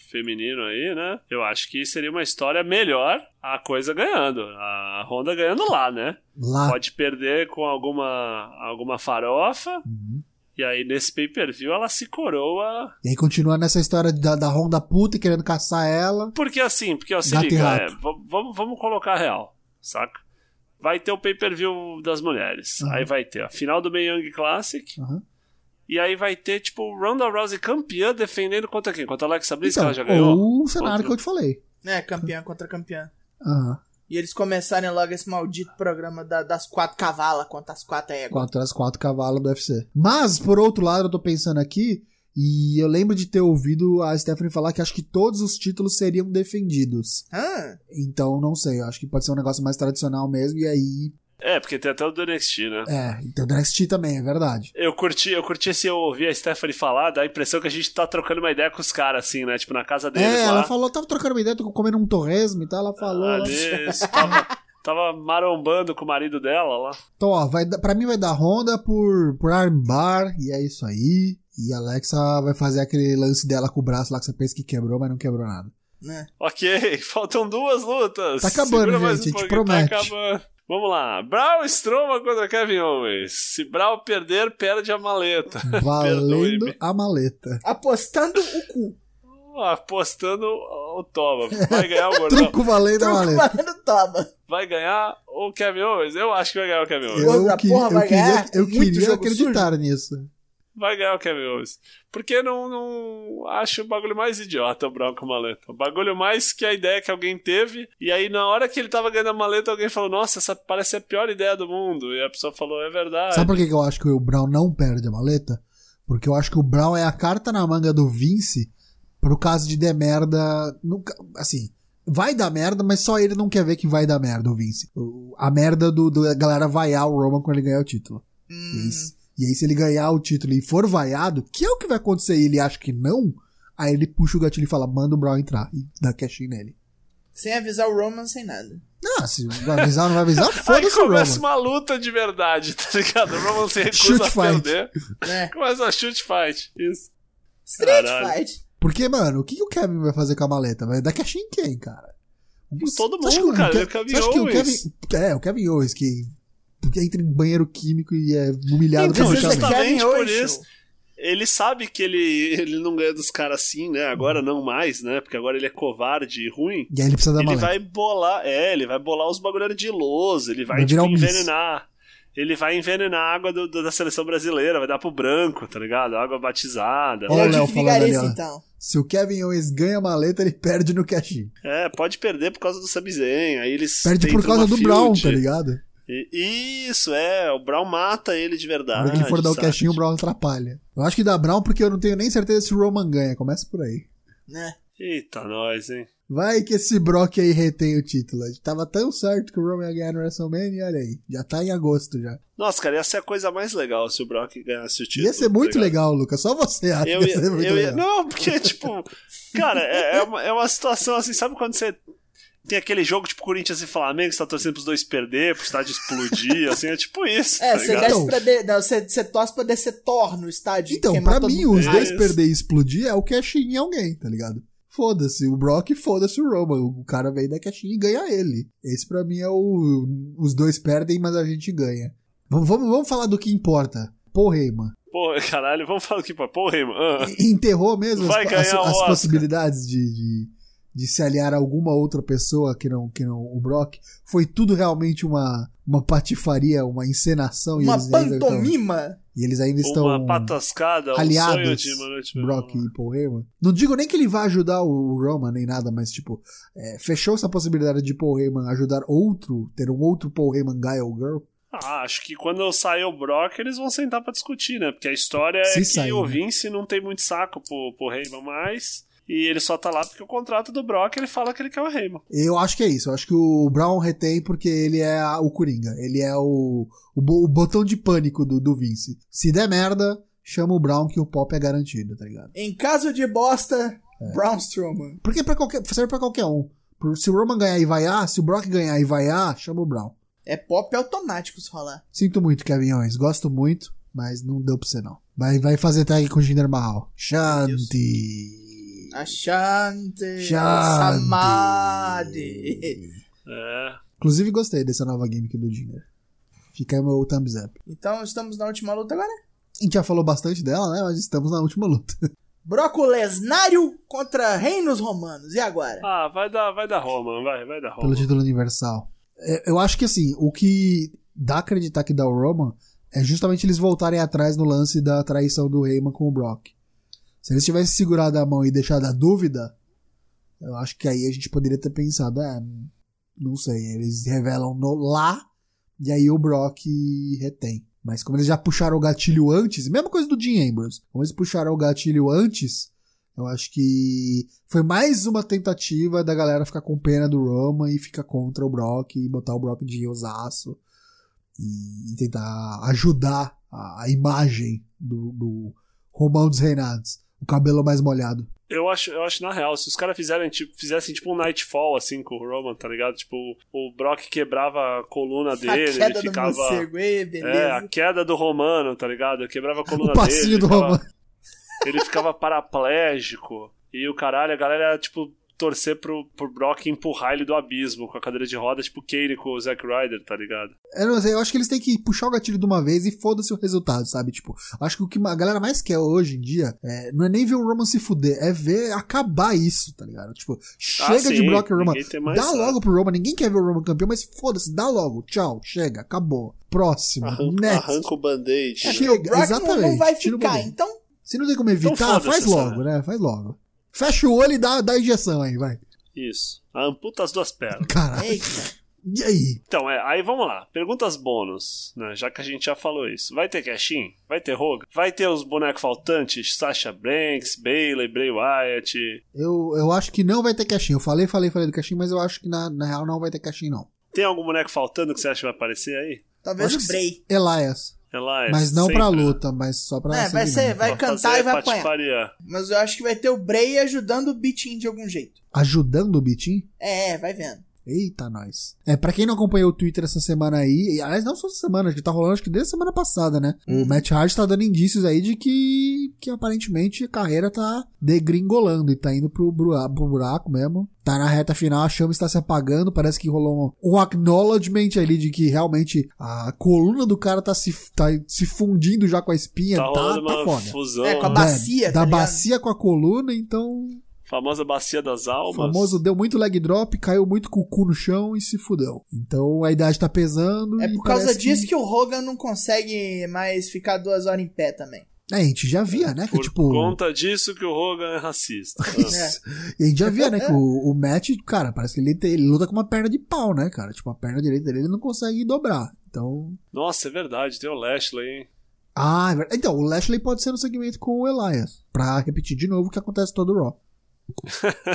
feminino aí, né? Eu acho que seria uma história melhor a coisa ganhando. A Honda ganhando lá, né? lá Pode perder com alguma, alguma farofa. Uhum. E aí, nesse pay-per-view, ela se coroa. E aí continua nessa história da, da Honda puta e querendo caçar ela. Porque assim, porque ó, se Gato e liga, rato. é, v- vamos, vamos colocar a real, saca? Vai ter o pay-per-view das mulheres. Uhum. Aí vai ter a final do Mae Young Classic. Uhum. E aí vai ter, tipo, Ronda Rousey campeã defendendo contra quem? Contra a Alexa Bliss, que ela já ganhou? Então, ou o cenário Outro. que eu te falei. É, campeã contra campeã. Aham. E eles começarem logo esse maldito programa da- das quatro cavalas contra as quatro éguas. Quatro as quatro cavalos do UFC. Mas, por outro lado, eu tô pensando aqui, e eu lembro de ter ouvido a Stephanie falar que acho que todos os títulos seriam defendidos. Hã? Então, não sei, eu acho que pode ser um negócio mais tradicional mesmo, e aí. É, porque tem até o do NXT, né? É, então do NXT também, é verdade. Eu curti, eu curti esse eu ouvi a Stephanie falar, dá a impressão que a gente tá trocando uma ideia com os caras, assim, né? Tipo, na casa deles lá. É, Ah, ela falou, tava trocando uma ideia, tô comendo um torresmo e tal, ela falou. né? ela- Ali, tava, tava marombando com o marido dela lá. Então, ó, vai, dar- pra mim vai dar Honda por, por armbar, e é isso aí. E a Alexa vai fazer aquele lance dela com o braço lá que você pensa que quebrou, mas não quebrou nada. Né? Ok, faltam duas lutas. Tá acabando, Segura mais gente, a gente pouquinho, promete. Tá acabando. Vamos lá. Braun Strowman contra Kevin Owens. Se Braun perder, perde a maleta. Valendo Perdoe-me. a maleta. Apostando o cu. Apostando o Toma. Vai ganhar o gordão. Truco valendo a Truco maleta. valendo toma. Vai ganhar o Kevin Owens? Eu acho que vai ganhar o Kevin Owens. Eu, Outra que- porra eu vai queria, ganhar. eu Muito queria jogo acreditar nisso. Vai ganhar o Kevin Owens. Porque não, não acho o bagulho mais idiota o Brown com a maleta. O bagulho mais que a ideia que alguém teve. E aí, na hora que ele tava ganhando a maleta, alguém falou: Nossa, essa parece a pior ideia do mundo. E a pessoa falou: É verdade. Sabe por que que eu acho que o Brown não perde a maleta? Porque eu acho que o Brown é a carta na manga do Vince pro caso de der merda. Nunca, assim, vai dar merda, mas só ele não quer ver que vai dar merda, o Vince. O- A merda do, do- da galera vaiar o Roman quando ele ganhar o título. E, Hum, s- e aí, se ele ganhar o título e for vaiado, que é o que vai acontecer e ele acha que não, aí ele puxa o gatilho e fala, manda o Brown entrar e dá cash in nele. sem avisar o Roman, sem nada. Ah, se vai avisar ou não vai avisar, Aí foda-se o Roman. começa uma luta de verdade, tá ligado? O Roman se Chute recusa a fight. perder. Né? Começa a chute fight. Isso. Street Caralho. Fight. Porque, mano, o que, que o Kevin vai fazer com a maleta? Vai dar cash em quem, cara? todo Você acha mundo, que o cara, Ke- é o Kevin você acha que o Owens. Kevin- é, o Kevin Owens, que que entra em banheiro químico e é humilhado Então, pelo This is the justamente Kevin. Kevin por Owens isso. Show. Ele sabe que ele, ele não ganha dos caras assim, né? Agora não mais, né? Porque agora ele é covarde e ruim. E aí ele precisa da Ele maleta. vai bolar, é, ele vai bolar os bagulho ardiloso, ele vai, Vai virar tipo, um miss. envenenar. Ele vai envenenar a água do- do- da seleção brasileira, vai dar pro branco, tá ligado? Água batizada. Ó, o Eu Léo desligaria falando isso ali, ó. então. Se o Kevin Owens ganha a maleta, ele perde no cash in. É, pode perder por causa do Samizen, aí eles Perde tentam por causa uma do feud. Brown, tá ligado? E- Isso, é, o Brown mata ele de Na verdade. hora que ele for dar o sabe? cash in, o Brown atrapalha. Eu acho que dá Brown porque eu não tenho nem certeza se o Roman ganha. Começa por aí. Né? Eita, nós, hein? Vai que esse Brock aí retém o título. A gente tava tão certo que o Roman ia ganhar no WrestleMania, e olha aí, já tá em agosto já. Nossa, cara, ia ser a coisa mais legal se o Brock ganhasse o título. tá Ia ser muito legal, Lucas. Só você acha Eu que ia, ia ser é muito eu ia- legal. não, porque, tipo, cara, é, é uma, é uma situação assim, sabe quando você tem aquele jogo tipo Corinthians e Flamengo, você tá torcendo pros dois perder, pro estádio explodir, assim, é tipo isso. É, tá você ligado? desce Então- pra de... não, você, você torce pra descer Thor no estádio. Então, queimar pra todo mim, mundo. os É dois isso. perder e explodir é o cash in em alguém, tá ligado? Foda-se o Brock e foda-se o Roman. O cara vem da cash in e ganha ele. Esse pra mim é o. Os dois perdem, mas a gente ganha. Vamos, vamos, vamos falar do que importa. Paul Heyman. Porra, caralho, vamos falar aqui, pô. Porra, irmão. Ah, E- Enterrou mesmo Vai as, ganhar as- o as Oscar. possibilidades de, de, de se aliar a alguma outra pessoa que não, que não o Brock. Foi tudo realmente uma, uma patifaria, uma encenação. e Uma eles ainda estão- pantomima. e eles ainda estão. uma patascada, um sonho aliados, de uma noite. Brock e Paul Heyman. Não digo nem que ele vai ajudar o Roman nem nada, mas tipo, é, fechou essa possibilidade de Paul Heyman ajudar outro, ter um outro Paul Heyman guy ou girl. Ah, acho que quando sair o Brock, eles vão sentar pra discutir, né? Porque a história Se é que sair, o né? Vince não tem muito saco pro, pro Heyman mais. E ele só tá lá porque o contrato do Brock ele fala que ele quer o Heyman. Eu acho que é isso. Eu acho que o Brown retém porque ele é a- o Coringa. Ele é o, o, bo- o botão de pânico do, do Vince. Se der merda, chama o Brown que o pop é garantido, tá ligado? Em caso de bosta, É. Braun Strowman. Porque pra qualquer, serve pra qualquer um. Por- Se o Roman ganhar e vaiar, se o Brock ganhar e vaiar, chama o Brown. É pop automático se rolar. Sinto muito, Kevin Owens. Gosto muito, mas não deu pra você não. Vai, vai fazer tag com o Jinder Mahal. Shanti. Ashante. Samadhi. Shanti. É. Inclusive gostei dessa nova gimmick do Jinder. Fica aí meu thumbs up. Então estamos na última luta agora. A gente já falou bastante dela, né? Mas estamos na última luta. Broco Lesnário contra Reinos Romanos. E agora? Ah, vai dar, vai dar Roman, vai, vai dar Pelo Roman. título universal. É, Eu acho que assim, o que dá a acreditar que dá o Roman é justamente eles voltarem atrás no lance da traição do Heyman com o Brock. Se eles tivessem segurado a mão e deixado a dúvida, eu acho que aí a gente poderia ter pensado, é, não sei, eles revelam no- lá e aí o Brock retém. Mas como eles já puxaram o gatilho antes, mesma coisa do Dean Ambrose, como eles puxaram o gatilho antes, eu acho que foi mais uma tentativa da galera ficar com pena do Roman e ficar contra o Brock e botar o Brock de osaço e, e tentar ajudar a, a imagem do, do Romão dos Reinados, o cabelo mais molhado. Eu acho, eu acho, na real, se os caras fizerem, tipo, fizessem tipo um Nightfall, assim, com o Roman, tá ligado? Tipo, o Brock quebrava a coluna dele, a queda ele do ficava. morcego. Ei, beleza. é, a queda do Romano, tá ligado? Quebrava a coluna o dele. passinho ele do ficava- Romão. ele ficava paraplégico. E o caralho, a galera era, tipo, torcer pro, pro Brock empurrar ele do abismo com a cadeira de roda, tipo Kane com o Zack Ryder, tá ligado? Eu não sei, eu acho que eles têm que puxar o gatilho de uma vez e foda-se o resultado, sabe? Tipo, acho que o que a galera mais quer hoje em dia é, não é nem ver o Roman se fuder, é ver acabar isso, tá ligado? Tipo, chega de Ah, sim, Brock e Roman. ninguém tem mais Dá nada. logo pro Roman, ninguém quer ver o Roman campeão, mas foda-se, dá logo. Tchau, chega, acabou. Próximo, Arranca, next. arranca o band-aid. né? Porque o Chega, Brock não- exatamente. não vai tira o ficar, poder. então Se não tem como evitar, Então foda-se faz essa logo, né? Faz logo. Fecha o olho e dá, dá a injeção aí, vai. Isso. Ah, Amputa as duas pernas. É Caralho. Eita. E aí? Então, é, aí vamos lá. Perguntas bônus, né? Já que a gente já falou isso. Vai ter Cashin? Vai ter Rogue? Vai ter os bonecos faltantes? Sasha Banks, Bailey, Bray Wyatt. Eu, eu acho que não vai ter caixinha. Eu falei, falei, falei do caixinha, mas eu acho que na, na real não vai ter caixinha, não. Tem algum boneco faltando que você acha que vai aparecer aí? Talvez Acho o que Bray. Elias. Ela é Mas não sempre- pra luta, mas só pra. É, vai ser, segmento. vai pra cantar fazer Tá e vai apanhar. patifaria. Mas eu acho que vai ter o Bray ajudando o Bitin de algum jeito. Ajudando o Bitim? É, vai vendo. Eita, nós. É, pra quem não acompanhou o Twitter essa semana aí, e, aliás, não só essa semana, acho que tá rolando acho que desde a semana passada, né? Uhum. O Matt Hardy tá dando indícios aí de que, que aparentemente a carreira tá degringolando e tá indo pro, bura- pro buraco mesmo. Tá na reta final, a chama está se apagando, parece que rolou um, um acknowledgement ali de que realmente a coluna do cara tá se, tá se fundindo já com a espinha, Tá tá, tá, rolando uma foda. fusão. É, com a né? ba- bacia, da, tá da ligado? bacia com a coluna, então famosa bacia das o almas. famoso deu muito leg drop, caiu muito com o cu no chão e se fudeu. Então a idade tá pesando. É e por causa parece disso que o Hogan não consegue mais ficar duas horas em pé também. É, a gente já via, né? Que, Por tipo. É. conta disso que o Hogan é racista. Isso. E a gente já via, né? Que o, o Matt, cara, parece que ele, tem- ele luta com uma perna de pau, né, cara? Tipo, a perna direita dele ele não consegue dobrar. Então. Nossa, é verdade, tem o Lashley, hein? Ah, é verdade. Então, o Lashley pode ser no segmento com o Elias. Pra repetir de novo o que acontece todo o Raw.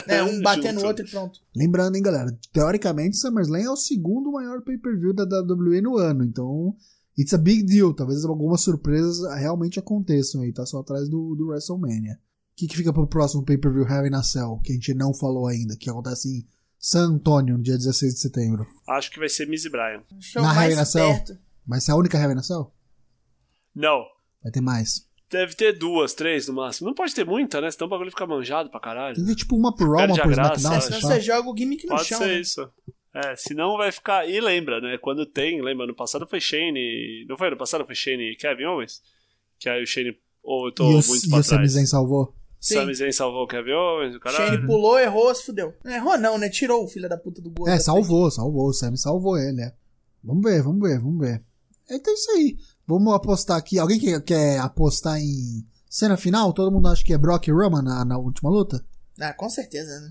É, um bater no Junto. outro e pronto. Lembrando, hein, galera, teoricamente SummerSlam é o segundo maior pay-per-view da WWE no ano, então it's a big deal, talvez algumas surpresas realmente aconteçam aí, tá só atrás do, do WrestleMania. O que, que fica pro próximo pay-per-view Hell in a Cell, que a gente não falou ainda, que acontece em San Antonio, no dia 16 de setembro. Acho que vai ser Miz e Bryan. Acho que é o Na mais reinação? perto. Mas é a única Hell in a Cell? Não. Vai ter mais. Deve ter duas, três no máximo. Não pode ter muita, né? Senão o bagulho fica manjado pra caralho. Tem que ter tipo uma pro Raw, Perde uma a pro graça, SmackDown, né? Senão se você pá. joga o gimmick no Pode chão. ser né? isso. É, senão vai ficar. E lembra, né? Quando tem, lembra, ano passado foi Shane. e- Não foi ano passado? Foi Shane e Kevin Owens? Que aí o Shane. Ou eu tô E o, muito e pra o Sami trás. Zayn salvou. Sami Zayn salvou o Kevin Owens, o caralho. Shane pulou, errou, se fudeu. Não errou não, né? Tirou o filho da puta do gordo. É, salvou, salvou. O Sam salvou ele, é. Vamos ver, vamos ver, vamos ver. Então é isso aí. Vamos apostar aqui. Alguém que quer apostar em cena final? Todo mundo acha que é Brock e Roman na, na última luta? Ah, com certeza, né?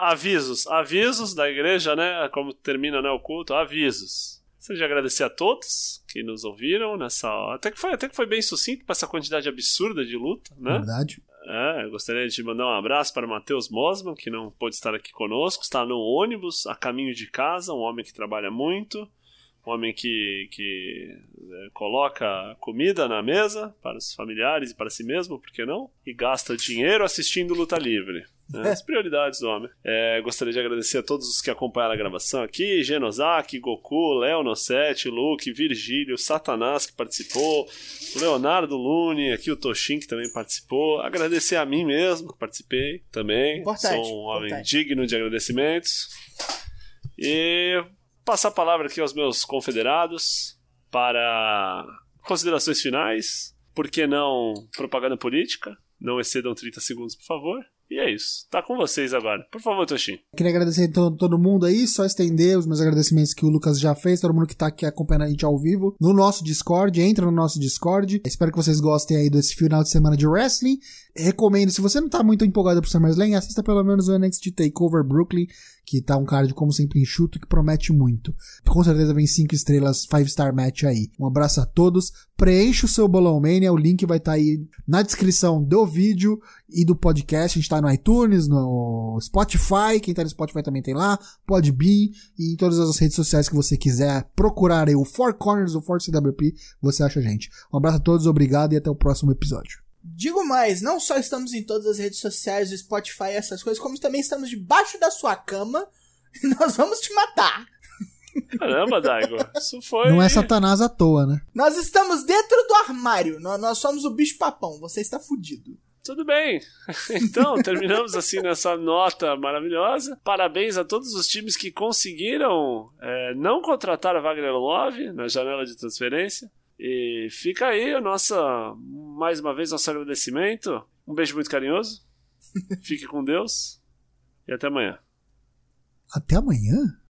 Avisos, avisos da igreja, né? Como termina né, o culto, avisos. Gostaria de agradecer a todos que nos ouviram nessa. Até que foi, até que foi bem sucinto pra essa quantidade absurda de luta, Na né? verdade. É, eu gostaria de mandar um abraço para o Matheus Mosman, que não pôde estar aqui conosco, está no ônibus, a caminho de casa, um homem que trabalha muito, um homem que, que é, coloca comida na mesa para os familiares e para si mesmo, por que não? E gasta dinheiro assistindo Luta Livre. né? As prioridades do homem. É, gostaria de agradecer a todos os que acompanharam a gravação aqui: Genosaki, Goku, Léo Nossete, Luke, Virgílio, Satanás que participou, Leonardo Lune, aqui o Toshin que também participou. Agradecer a mim mesmo que participei também. Importante, Sou um homem importante. digno de agradecimentos. E passar a palavra aqui aos meus confederados para considerações finais. Por que não propaganda política? Não excedam 30 segundos, por favor. E é isso. Tá com vocês agora. Por favor, Toshin. Queria agradecer então todo mundo aí, só estender os meus agradecimentos que o Lucas já fez, todo mundo que tá aqui acompanhando a gente ao vivo no nosso Discord, entra no nosso Discord. Espero que vocês gostem aí desse final de semana de wrestling. Recomendo, se você não tá muito empolgado pro SummerSlam, assista pelo menos o NXT Takeover Brooklyn, que tá um card como sempre enxuto que promete muito. Com certeza vem 5 estrelas, 5 star match aí. Um abraço a todos. Preencha o seu Bolão Mania, o link vai estar aí na descrição do vídeo e do podcast. A gente tá no iTunes, no Spotify, quem tá no Spotify também tem lá, Podbean e em todas as redes sociais que você quiser procurar aí o Four Corners do Force CWP, você acha a gente. Um abraço a todos, obrigado e até o próximo episódio. Digo mais, não só estamos em todas as redes sociais, o Spotify, essas coisas, como também estamos debaixo da sua cama e nós vamos te matar. Caramba, Daigo. Isso foi. Não é Satanás à toa, né? Nós estamos dentro do armário, nó- nós somos o bicho papão, você está fudido. Tudo bem. Então, terminamos assim nessa nota maravilhosa. Parabéns a todos os times que conseguiram eh, não contratar a Wagner Love na janela de transferência. E fica aí a nossa, mais uma vez, nosso agradecimento. Um beijo muito carinhoso. Fique com Deus. E até amanhã. Até amanhã?